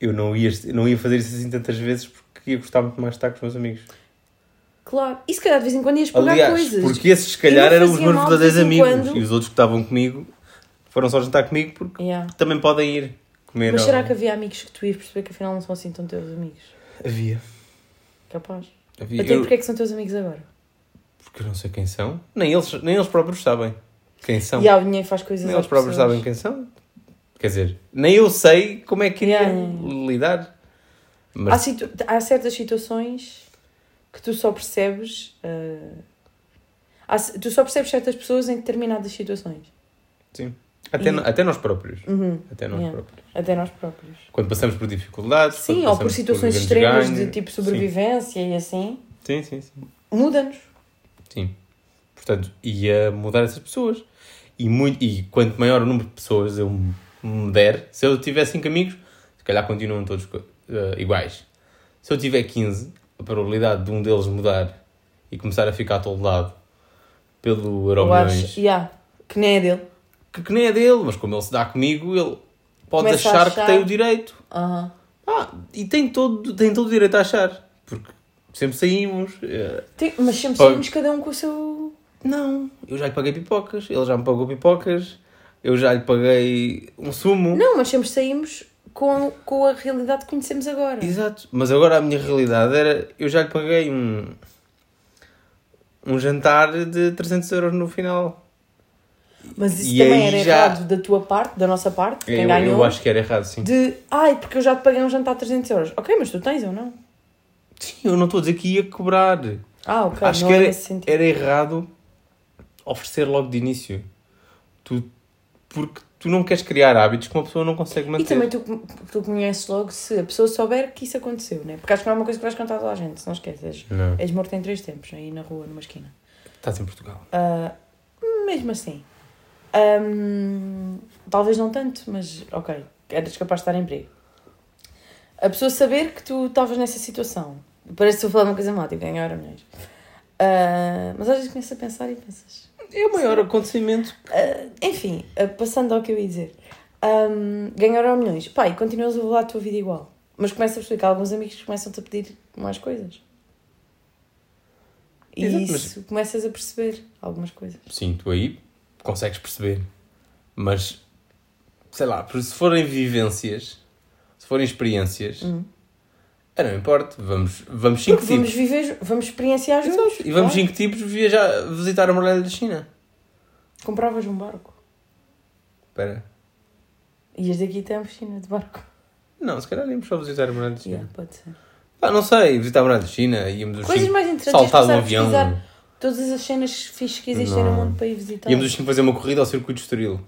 S2: eu não ia, eu não ia fazer isso assim tantas vezes porque ia gostar muito mais de estar com os meus amigos.
S1: Claro. E se calhar de vez em quando ias pagar
S2: Aliás,
S1: coisas.
S2: porque esses, se calhar,
S1: Eu
S2: eram os
S1: fazia
S2: meus
S1: mal de vez
S2: verdadeiros
S1: em
S2: amigos.
S1: quando.
S2: E os outros que estavam comigo foram só jantar comigo porque
S1: Yeah.
S2: também podem ir comer.
S1: Mas
S2: ao-
S1: será que havia amigos que tu ias perceber que afinal não são assim tão teus amigos?
S2: Havia.
S1: Capaz.
S2: Havia.
S1: Até
S2: Eu-
S1: porque é que são teus amigos agora?
S2: Porque eu não sei quem são. Nem eles, nem eles próprios sabem quem são.
S1: E há o dinheiro faz coisas
S2: nem
S1: às
S2: Então, eles próprios
S1: pessoas.
S2: sabem quem são. Quer dizer, nem eu sei como é que iria
S1: Yeah, yeah, Ah,
S2: lidar. Mas
S1: Há, situ- há certas situações que tu só percebes. ah, há ce- tu só percebes certas pessoas em determinadas situações.
S2: sim. Até,
S1: E-
S2: no- até nós próprios.
S1: Uhum,
S2: Até nós
S1: Yeah.
S2: próprios.
S1: Até nós próprios.
S2: Quando passamos por dificuldades.
S1: Sim,
S2: quando
S1: ou por
S2: passamos
S1: situações
S2: grandes
S1: extremas de
S2: ganhos.
S1: tipo sobrevivência e assim,
S2: Sim, sim, sim.
S1: muda-nos.
S2: Sim. Portanto, ia mudar essas pessoas. E, muito, e quanto maior o número de pessoas eu me der, se eu tiver 5 amigos, se calhar continuam todos co- eh, iguais. Se eu tiver 15, a probabilidade de um deles mudar e começar a ficar atolado pelo
S1: Eu
S2: Euromilhões,
S1: acho, yeah, que nem é dele.
S2: que, que nem é dele, mas como ele se dá comigo, ele pode
S1: Começa a
S2: achar,
S1: achar.
S2: que tem o direito.
S1: Aham.
S2: Ah, e tem todo, tem todo o direito a achar. Porque sempre saímos. eh,
S1: Tem- mas sempre
S2: Pá.
S1: somos cada um com o seu.
S2: Não, eu já lhe paguei pipocas, ele já me pagou pipocas, eu já lhe paguei um sumo.
S1: Não, mas sempre saímos com, com a realidade que conhecemos agora.
S2: Exato, mas agora a minha realidade era, eu já lhe paguei um, um jantar de 300 euros no final.
S1: Mas isso
S2: E
S1: também
S2: aí
S1: era
S2: já-
S1: errado da tua parte, da nossa parte, quem
S2: Eu,
S1: ganhou.
S2: eu acho que era errado, sim.
S1: De, ai, porque eu já te paguei um jantar de 300 euros. Ok, mas tu tens ou não?
S2: Sim, eu não estou a dizer que ia cobrar.
S1: Ah, ok,
S2: acho
S1: não
S2: que
S1: é
S2: era,
S1: nesse sentido.
S2: era errado oferecer logo de início. Tu, porque tu não queres criar hábitos que uma pessoa não consegue manter.
S1: E também tu, tu conheces logo se a pessoa souber que isso aconteceu, né? Porque acho que não é uma coisa que vais contar a toda a gente, se não esqueces.
S2: Não.
S1: És morto em três tempos, aí na rua, numa esquina.
S2: Estás em Portugal.
S1: Mesmo assim. Hum, talvez não tanto, mas ok, eras capaz de estar em perigo. A pessoa saber que tu estavas nessa situação. Parece que estou a falar de uma coisa má, tipo ganhar milhões. Ah, mas às vezes começas a pensar e pensas.
S2: É o maior acontecimento.
S1: Ah, enfim, ah, passando ao que eu ia dizer. Hum, ganhar Euro milhões. Pá, e continuas a levar a tua vida igual. Mas começa a perceber que há alguns amigos começam-te a pedir mais coisas. E
S2: Exato, mas-
S1: isso começas a perceber algumas coisas.
S2: Sim, tu aí consegues perceber. Mas, sei lá, porque se forem vivências, se forem experiências, ah, não importa. Vamos, vamos
S1: Hum.
S2: cinco
S1: Porque vamos
S2: tipos.
S1: viver, vamos experienciar juntos.
S2: E vamos
S1: claro.
S2: cinco tipos viajar, visitar a muralha da China.
S1: Compravas um barco.
S2: Espera.
S1: Ias daqui até a piscina de barco.
S2: Não, se calhar íamos só visitar a muralha da China.
S1: Yeah, pode ser.
S2: Ah, não sei, visitar a muralha da China, íamos os
S1: Coisas
S2: cinco,
S1: mais interessantes.
S2: saltar de um
S1: começar a
S2: avião,
S1: pesquisar tá Todas as cenas fixas que existem no
S2: Não. um
S1: mundo para ir visitar.
S2: íamos os cinco fazer uma corrida ao circuito de Estoril.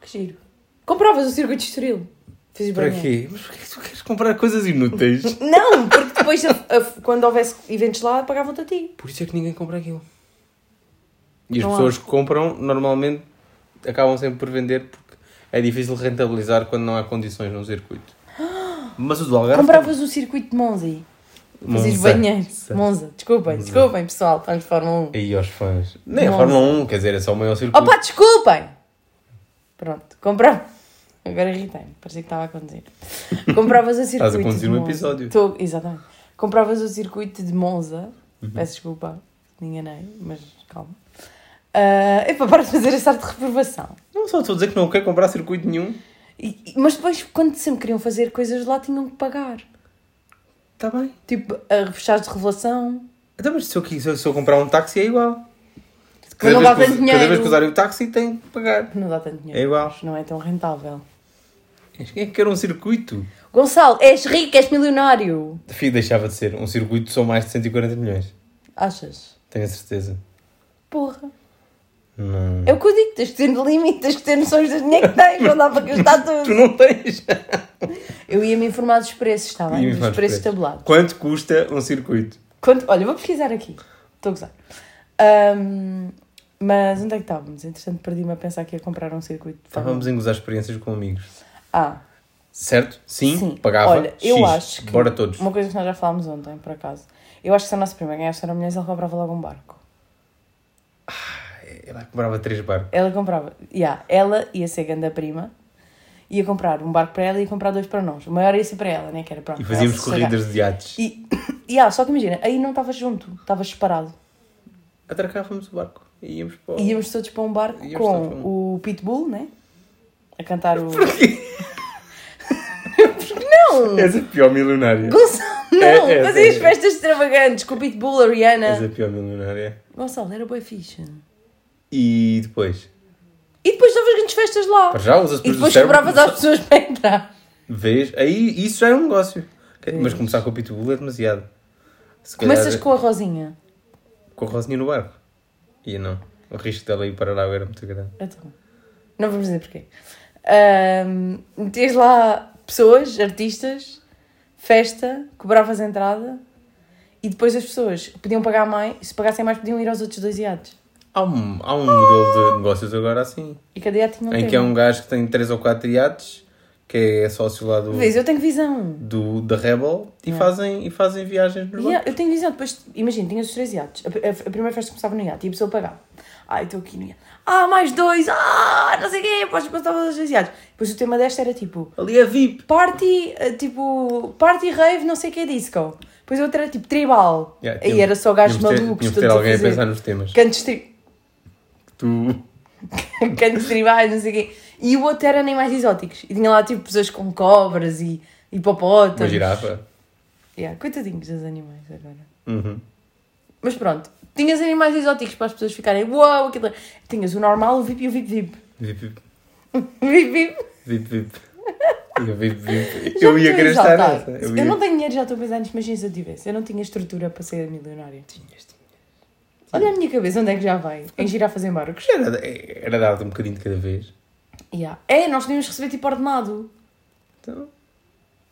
S1: Que giro. Compravas o circuito de Estoril. Fizes
S2: Para
S1: barulho.
S2: quê? Mas porquê que tu queres comprar
S1: [laughs]
S2: coisas inúteis?
S1: Não, porque depois, a- a- quando houvesse eventos lá, pagavam-te a ti.
S2: Por isso é que ninguém compra aquilo. E as
S1: Não há.
S2: pessoas que compram, normalmente, acabam sempre por vender porque é difícil rentabilizar quando não há condições num circuito. Mas o do Algarve...
S1: Compravas o circuito de Monza. Fazias
S2: Monza.
S1: banheiro. Monza. Desculpem, desculpem, pessoal. Estamos de um. Fórmula 1.
S2: E aos fãs. Nem a
S1: Monza.
S2: Fórmula 1, quer dizer, é só o maior circuito.
S1: Opa, desculpem! Pronto, comprava. Agora irritei-me, parecia que estava a conduzir. Compravas o circuito.
S2: Estás a conduzir
S1: de
S2: um
S1: Monza.
S2: episódio.
S1: Estou- exatamente. Compravas o circuito de Monza.
S2: Uhum.
S1: Peço desculpa, me enganei, mas calma. Ah, epá, para de fazer essa arte de reprovação.
S2: Não só estou a dizer que não quer comprar circuito nenhum.
S1: E- e- mas depois, quando sempre queriam fazer coisas lá, tinham que pagar.
S2: Está Tá bem.
S1: Tipo, a fechados de revelação.
S2: Então, mas se eu, qui- se eu- se eu comprar um táxi é igual.
S1: Mas
S2: Cada,
S1: não dá
S2: vez,
S1: tanto
S2: que, us- cada
S1: dinheiro.
S2: vez que usarem o táxi tem que pagar.
S1: Não dá tanto dinheiro.
S2: É igual.
S1: Não é tão rentável.
S2: Quem é que quer um circuito?
S1: Gonçalo, és rico, és milionário.
S2: Fih, deixava de ser. Um circuito são mais de 140 milhões.
S1: Achas?
S2: Tenho a certeza.
S1: Porra.
S2: Não.
S1: É o que eu digo, tens que ter limite, tens que ter noções do dinheiro que tens, não dá para gastar
S2: [laughs] Tu
S1: tudo.
S2: não tens.
S1: Eu ia-me informar dos preços, está bem?
S2: Ia-me
S1: Dos
S2: informar
S1: preços,
S2: dos preços.
S1: tabulados.
S2: Quanto custa um circuito?
S1: Quanto... Olha, vou pesquisar aqui. Estou a gozar. Ahm, mas onde é que estávamos? Entretanto, perdi-me a pensar que ia comprar um circuito de Fórmula
S2: Estávamos em gozar experiências com amigos.
S1: um. Ah,
S2: Certo? Sim,
S1: sim.
S2: pagava.
S1: Olha, eu
S2: X.
S1: acho que...
S2: Bora todos.
S1: Uma coisa que nós já falámos ontem, por acaso. Eu acho que se a nossa prima ganhasse eram milhões, ela comprava logo um barco.
S2: Ela cobrava três barcos.
S1: Ela comprava... Yeah, ela ia ser grande prima. Ia comprar um barco para ela e ia comprar dois para nós. O maior ia ser para ela, né? Que era para
S2: E
S1: para
S2: fazíamos
S1: ela se
S2: corridas de iates.
S1: E, [coughs] e ah, só que imagina, aí não estavas junto, estavas separado.
S2: Atracávamos o barco e íamos para o...
S1: E íamos todos para um barco
S2: Íamos todos
S1: com
S2: para um-
S1: o Pitbull, né? A cantar
S2: [laughs]
S1: o. não!
S2: [laughs] És a pior milionária.
S1: Gonçalo, não!
S2: É, é,
S1: Fazias
S2: é.
S1: festas extravagantes com o Pitbull, a
S2: És
S1: Rihanna.
S2: a pior milionária.
S1: Gonçalo, era boa ficha.
S2: E depois?
S1: E depois davas grandes festas lá.
S2: Para já usas
S1: E
S2: depois do
S1: depois
S2: cérebro.
S1: cobravas às pessoas para entrar.
S2: Vês? Aí isso já é um negócio. Mas começar com o Pitbull é demasiado. Se calhar é.
S1: Começas com a Rosinha.
S2: com a Rosinha no barco. E não. O risco dela ir para lá era muito grande.
S1: Então, não vamos dizer porquê. Ahm, metias lá pessoas, artistas, festa, cobravas a entrada e depois as pessoas podiam pagar mais, se pagassem mais podiam ir aos outros dois iates.
S2: Há um, há um modelo de negócios agora assim.
S1: E cada iate tinha um
S2: em que é um gajo que tem 3 ou 4 iates, que é sócio lá do,
S1: Vês, eu tenho visão.
S2: do, da Rebel, e, fazem, e fazem viagens nos
S1: Yeah, eu tenho visão. Depois, imagina, tinhas os três iates. A, a- a primeira festa começava no iate e a pessoa pagava. Ah, estou aqui no iate. Ah, mais dois. Ah, não sei o quê. Depois passava aos dois iates. Depois o tema desta era tipo...
S2: barcos. Ali é VIP.
S1: party, eh, tipo, party rave, não sei o que é disco. Depois outra era tipo tribal.
S2: Yeah,
S1: Aí
S2: tínhamos-
S1: era só gajos
S2: tínhamos de ter-
S1: malucos,
S2: tínhamos
S1: todos
S2: de ter
S1: a
S2: alguém a
S1: fazer
S2: pensar nos temas.
S1: cantos, tri- [laughs]
S2: Tu.
S1: cantos tribais, não sei o quê. E o outro era nem mais exóticos. E tinha lá tipo pessoas com cobras e hipopótamos.
S2: Uma girafa.
S1: Yeah, coitadinhos dos animais agora.
S2: Uhum.
S1: Mas pronto, tinhas animais exóticos para as pessoas ficarem uau, aquilo. é-" Tinhas o normal, o VIP e o VIP [laughs] VIP.
S2: Vip, vip,
S1: VIP VIP.
S2: vip, vip.
S1: [laughs]
S2: Eu, vip, vip.
S1: Já
S2: eu ia
S1: estou
S2: querer estar
S1: exaltada.
S2: nessa.
S1: Eu,
S2: ia-
S1: não tenho dinheiro, já estou a pensar nisso, mas se eu tivesse, eu não tinha estrutura para ser milionária.
S2: Tinhas, tinhas.
S1: Olha a minha cabeça, onde é que já vai? Em [laughs] girafas em barcos.
S2: Era, era dado um bocadinho de cada vez.
S1: Yeah. É, nós tínhamos receber tipo ordenado.
S2: Então,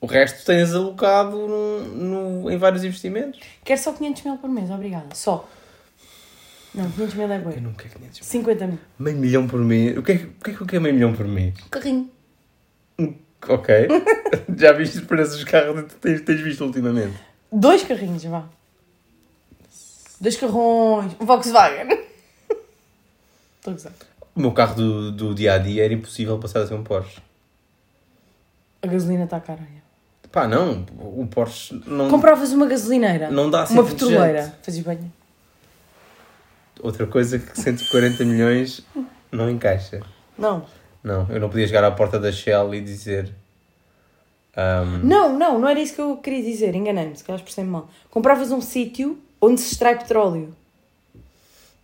S2: o resto tens alocado num- no- em vários investimentos.
S1: Quero só 500 mil por mês, obrigada. Só. Não, 500 mil é
S2: Eu
S1: boi.
S2: não quero 500 mil.
S1: 50 mil.
S2: Meio milhão por mês. O que é que, o que, é que eu quero meio milhão por mês?
S1: Carrinho.
S2: Ok. [laughs] Já viste os preços dos carros que tens, tens visto ultimamente?
S1: Dois carrinhos, vá. Dois carrões. Um Volkswagen. [laughs] Estou a gozar.
S2: O meu carro do, do dia a dia era impossível passar a ser um Porsche.
S1: A gasolina está cara. yeah.
S2: Pá, não. O Porsche não.
S1: Compravas uma gasolineira.
S2: Não dá assim a ser
S1: Uma
S2: inteligente.
S1: petroleira. Fazes banho.
S2: Outra coisa que 140 milhões não encaixa.
S1: Não.
S2: Não, eu não podia chegar à porta da Shell e dizer. ahm,
S1: Não, não, não era isso que eu queria dizer. Enganei-me, se calhar percebo mal. Compravas um sítio onde se extrai petróleo.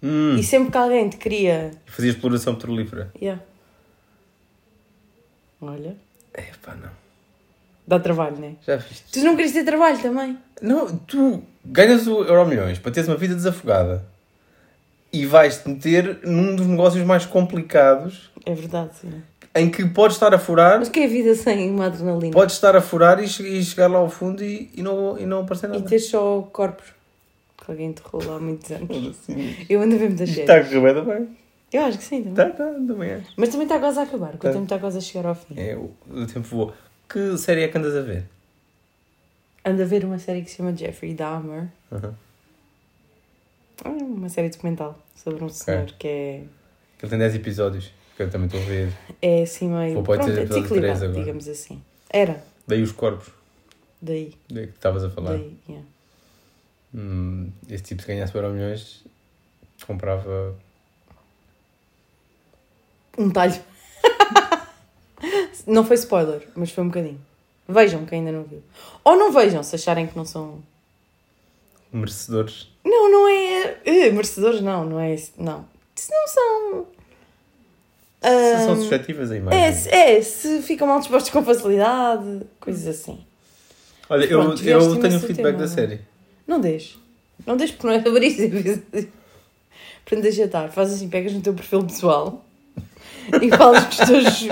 S2: hum,
S1: E sempre que alguém te queria.
S2: fazia exploração petrolífera.
S1: Yeah. Olha.
S2: É pá, não.
S1: Dá trabalho, não é?
S2: Já viste?
S1: Tu não querias ter trabalho também?
S2: Não, tu ganhas o Euro Milhões para teres uma vida desafogada e vais-te meter num dos negócios mais complicados
S1: É verdade, sim.
S2: em que podes estar a furar,
S1: Mas que é a vida sem uma adrenalina?
S2: podes estar a furar e, che- e chegar lá ao fundo e, e não, e não aparecer
S1: E
S2: nada.
S1: ter só corpos. Que alguém enterrou lá há muitos anos.
S2: Assim,
S1: Eu ando a ver muita gente.
S2: Está a correr bem também.
S1: Eu acho que sim também.
S2: Está, está, também é.
S1: Mas também está quase a acabar, porque
S2: Tá.
S1: o tempo está quase a chegar ao fim.
S2: É, o, o tempo voa. Que série é que andas a ver?
S1: Ando a ver uma série que se chama Jeffrey Dahmer.
S2: Aham.
S1: É Uma série documental sobre um senhor que é,
S2: Ele tem 10 episódios, que eu também estou a ver.
S1: é assim meio.
S2: Pô, pode
S1: pronto,
S2: ser
S1: é
S2: episódio
S1: desequilibrado,
S2: três agora.
S1: digamos assim. Era,
S2: Daí os corpos,
S1: daí.
S2: daí que estavas a falar.
S1: daí yeah.
S2: Hum, esse tipo, se ganhasse o Euro Milhões, comprava
S1: Um talho. [laughs] não foi spoiler, mas foi um bocadinho. Vejam que ainda não viu. Ou não vejam se acharem que não são.
S2: merecedores
S1: Não, não é. eh, merecedores, não, não é. esse- Não. Se não são.
S2: Se
S1: ah,
S2: são suscetíveis a imagem.
S1: é, se- é, se ficam mal dispostos com facilidade, coisas assim.
S2: Olha, eu,
S1: Pronto,
S2: eu
S1: vieste
S2: tenho
S1: imenso
S2: um
S1: o
S2: feedback
S1: tema,
S2: da
S1: não é?
S2: série.
S1: Não deixes. Não deixes porque não é sobre isso. Portanto, deixa estar. Faz assim, pegas no teu perfil pessoal e falas com, os teus,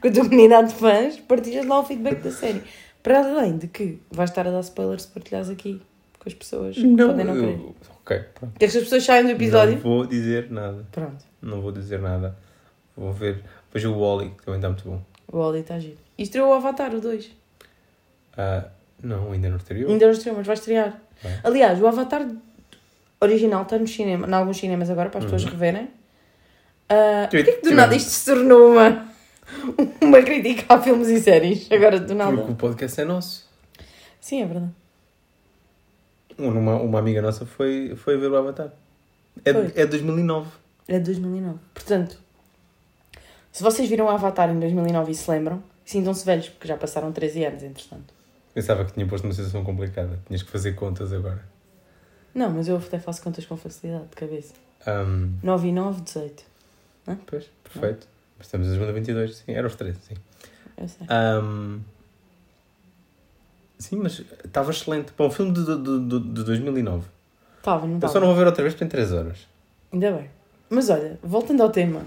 S1: com a tua comunidade de fãs, partilhas lá o feedback da série. Para além de que vais estar a dar spoilers se partilhares aqui com as pessoas. podem não querer.
S2: eu- ok, pronto.
S1: Queres que as pessoas saiam do episódio?
S2: Não vou dizer nada.
S1: Pronto,
S2: Não vou dizer nada. Vou ver. Veja o Wally, que também está muito bom.
S1: o Oli está giro. E estreou o Avatar, o 2.
S2: Ah, não, ainda não estreou.
S1: Ainda não estreou, mas vai estrear.
S2: Vai.
S1: Aliás, o Avatar original está no cinema, em alguns cinemas agora, para as
S2: Uhum.
S1: pessoas reverem. Ah,
S2: Tu-
S1: Porquê que do
S2: tu-
S1: nada isto se tornou uma, [laughs] uma crítica a filmes e séries? Agora do nada.
S2: Porque o podcast é nosso. Um,
S1: Sim, é verdade.
S2: Uma, uma amiga nossa foi, foi ver o Avatar. É, de- é de 2009.
S1: É de 2009. Portanto, se vocês viram o Avatar em 2009 e se lembram, sintam-se velhos, porque já passaram 13 anos, entretanto.
S2: Pensava que tinha posto uma situação complicada. Tinhas que fazer contas agora.
S1: Não, mas eu até faço contas com facilidade de cabeça.
S2: Ahm,
S1: 9 e 9, 18.
S2: pois, perfeito. Mas Estamos em 2022, sim. Era os 13, sim.
S1: Eu sei.
S2: Ahm, sim, mas estava excelente. Para um filme de, de, de, de 2009.
S1: Estava, não
S2: Eu só
S1: estava.
S2: não vou ver outra vez porque tem 3 horas.
S1: Ainda bem. Mas olha, voltando ao tema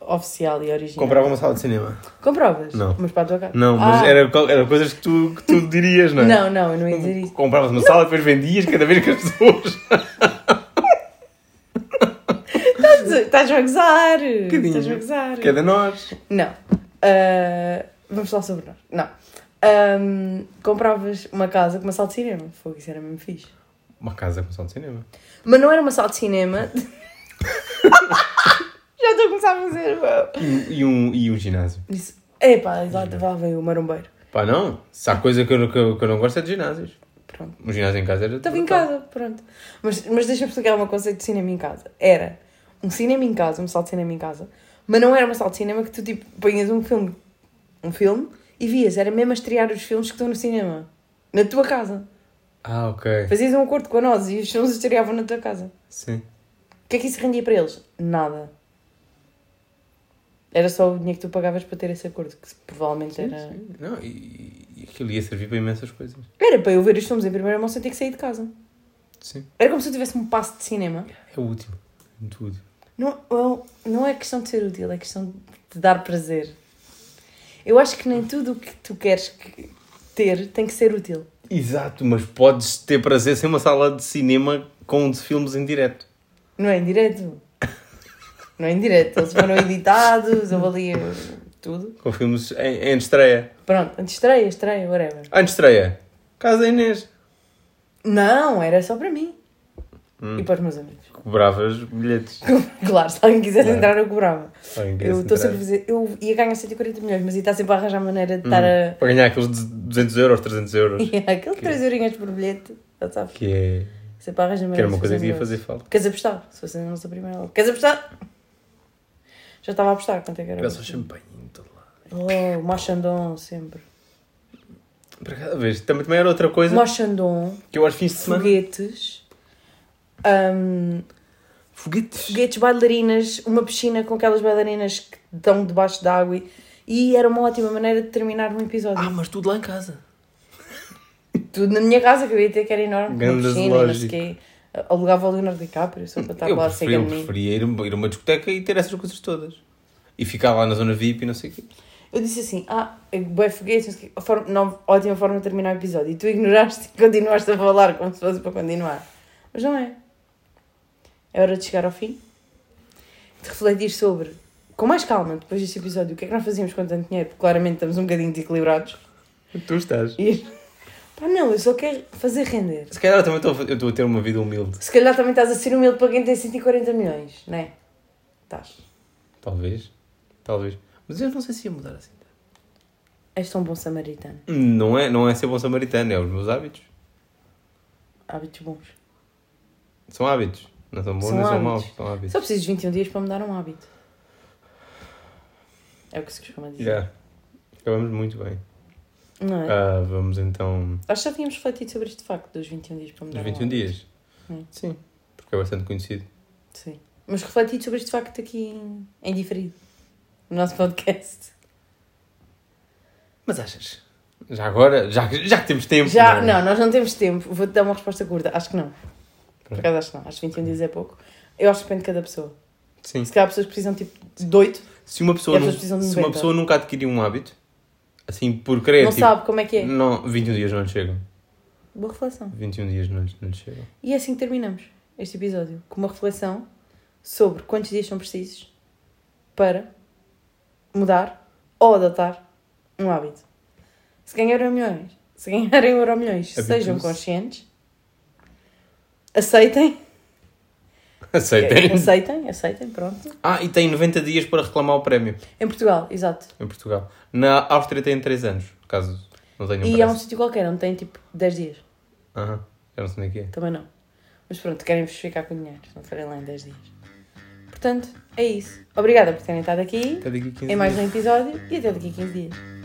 S1: oficial e original.
S2: Comprava uma sala de cinema.
S1: Comprovas?
S2: Não.
S1: Mas para a tua casa?
S2: Não, mas
S1: Ah,
S2: era, co- era coisas que tu, que tu dirias, não é?
S1: Não, não, eu não ia dizer isso.
S2: Compravas uma sala, depois vendias cada vez que as pessoas.
S1: [laughs] Estás a- Estás a gozar!
S2: Um
S1: Estás a gozar!
S2: Que é de nós.
S1: Não. Ah, vamos falar sobre nós. Não. Ahm, compravas uma casa com uma sala de cinema. Fogo, isso era mesmo fixe.
S2: Uma casa com sala de cinema.
S1: Mas não era uma sala de
S2: [laughs]
S1: cinema. Já estou a começar a fazer. uau.
S2: E, e um, e um ginásio.
S1: Isso. Epá, exato, lá veio o marombeiro.
S2: Pá, não. Se há coisa que eu, não- que eu, que eu não gosto é de ginásios.
S1: Pronto.
S2: Um ginásio em casa era.
S1: Estava em
S2: brutal.
S1: casa, pronto. Mas, mas deixa-me explicar uma coisa de cinema em casa. Era um cinema em casa, uma sala de cinema em casa, mas não era uma sala de cinema que tu tipo punhas um filme, um filme e vias, era mesmo a estrear os filmes que estão no cinema, na tua casa.
S2: Ah, ok.
S1: Fazias um acordo com a nós e os sons estareavam na tua casa.
S2: Sim.
S1: O que é que isso rendia para eles? Nada. Era só o dinheiro que tu pagavas para ter esse acordo, que provavelmente era.
S2: Sim, Não, e, e aquilo ia servir para imensas coisas.
S1: Era para eu ver os filmes em primeira mão sem ter que sair de casa.
S2: Sim.
S1: Era como se eu tivesse um passe de cinema.
S2: É útil. Muito útil.
S1: Não, well, não é questão de ser útil, é questão de dar prazer. Eu acho que nem tudo o que tu queres que- ter tem que ser útil.
S2: Exato, mas podes ter prazer sem uma sala de cinema com de filmes em direto.
S1: Não é em direto. Não é em direto. Eles foram editados, eu ali eh, tudo.
S2: Com filmes em, em estreia.
S1: Pronto, antes estreia, estreia, whatever.
S2: Ah, em estreia. Casa Inês.
S1: Não, era só para mim.
S2: Hum.
S1: E para os meus amigos.
S2: Cobravas bilhetes.
S1: Claro, se alguém quisesse entrar, eu cobrava.
S2: Alguém quer
S1: Eu
S2: se
S1: estou
S2: entrar.
S1: sempre a dizer, eu ia ganhar 140 milhões, mas ia estar sempre a arranjar maneira de estar a.
S2: Uhum.
S1: [laughs]
S2: Para ganhar aqueles 200 euros, 300 euros.
S1: Aquele 3 eurinhas por bilhete, já sabes.
S2: Que é...
S1: Sempre a arranjar maneira
S2: Que era
S1: de
S2: uma coisa que devia
S1: negócio.
S2: fazer falta.
S1: Queres apostar? Se fosse a nossa primeira aula. Queres apostar? Já estava a apostar quanto é que era.
S2: Era só champanhe em todo lado.
S1: Oh, o Machandon, sempre.
S2: Para cada vez. Também, também era outra coisa
S1: Machandon,
S2: que eu aos fins de semana...
S1: foguetes. hum,
S2: Foguetes.
S1: foguetes, bailarinas, uma piscina com aquelas bailarinas que dão debaixo da água e- e era uma ótima maneira de terminar um episódio.
S2: Ah, mas tudo lá em casa. Ah.
S1: Tudo na minha casa que eu ia ter que era enorme. com
S2: Ganda
S1: uma piscina e não sei
S2: zoológico.
S1: quê. Alugava o Leonardo DiCaprio só para estar
S2: eu
S1: Tá lá a
S2: preferia,
S1: seguir
S2: eu
S1: mim.
S2: preferia ir, ir a uma discoteca e ter essas coisas todas. E ficar lá na zona VIP e não sei o quê.
S1: Eu disse assim, ah, boi foguetes, não sei o quê. Forma- não, ótima forma de terminar o episódio. E tu ignoraste e continuaste a falar como se fosse para continuar. Mas não é. É hora de chegar ao fim. De refletir sobre, com mais calma, depois deste episódio, o que é que nós fazíamos com tanto dinheiro? Porque claramente estamos um bocadinho desequilibrados.
S2: Tu estás.
S1: E... Pá, não, eu só quero fazer render.
S2: Se calhar eu também estou a fa- eu estou a ter uma vida humilde.
S1: Se calhar também estás a ser humilde para quem tem 140 milhões, não é? Estás.
S2: Talvez. Talvez. Mas eu não sei se ia mudar assim.
S1: És tão bom samaritano.
S2: Não é, não é ser bom samaritano, é os meus hábitos.
S1: Hábitos bons.
S2: São hábitos. Não são bons
S1: São
S2: nem são
S1: hábitos.
S2: maus. São hábitos.
S1: Só preciso de 21 dias para mudar um hábito. É o que se costuma dizer.
S2: Já. Acabamos muito bem.
S1: Não é?
S2: Ah, vamos então.
S1: Acho que já tínhamos refletido sobre este facto dos 21 dias para mudar
S2: Dos
S1: um
S2: 21
S1: hábito.
S2: dias.
S1: Hum.
S2: Sim. Porque é bastante conhecido.
S1: Sim. Mas refletido sobre este facto aqui em, em diferido. No nosso podcast.
S2: Mas achas? Já agora? Já, que- já que temos tempo.
S1: Já,
S2: é?
S1: não, nós não temos tempo. Vou-te dar uma resposta curta. Acho que não. Por acaso acho que não. Acho que 21 dias é pouco. Eu acho que depende de cada pessoa.
S2: Sim.
S1: Se calhar há pessoas que precisam tipo de 8,
S2: Se uma pessoa,
S1: E as
S2: nu-
S1: pessoas precisam de
S2: se uma
S1: 90.
S2: pessoa nunca adquiriu um hábito, assim por querer.
S1: não
S2: tipo,
S1: sabe como é que é.
S2: Não, 21 dias não lhe chegam.
S1: Boa reflexão.
S2: 21 dias não lhe, não lhe chegam.
S1: E é assim que terminamos este episódio com uma reflexão sobre quantos dias são precisos para mudar ou adotar um hábito. Se ganharem milhões, se ganharem um euro milhões,
S2: Habituem-se.
S1: sejam conscientes, aceitem,
S2: Aceitem.
S1: [laughs] aceitem, aceitem, pronto.
S2: é Ah, e tem 90 dias para reclamar o prémio
S1: Em Portugal, exato.
S2: em Portugal. Na Áustria tem 3 anos, caso não tenham
S1: e é um
S2: pressa.
S1: sítio qualquer, onde tem tipo 10 dias,
S2: Aham, já não sei onde é que é.
S1: também não. Mas pronto, querem-vos ficar com dinheiro, se não forem lá em 10 dias. Portanto, é isso. Obrigada por terem estado aqui.
S2: Até daqui a 15
S1: em É mais
S2: dias.
S1: um episódio e até daqui a 15 dias.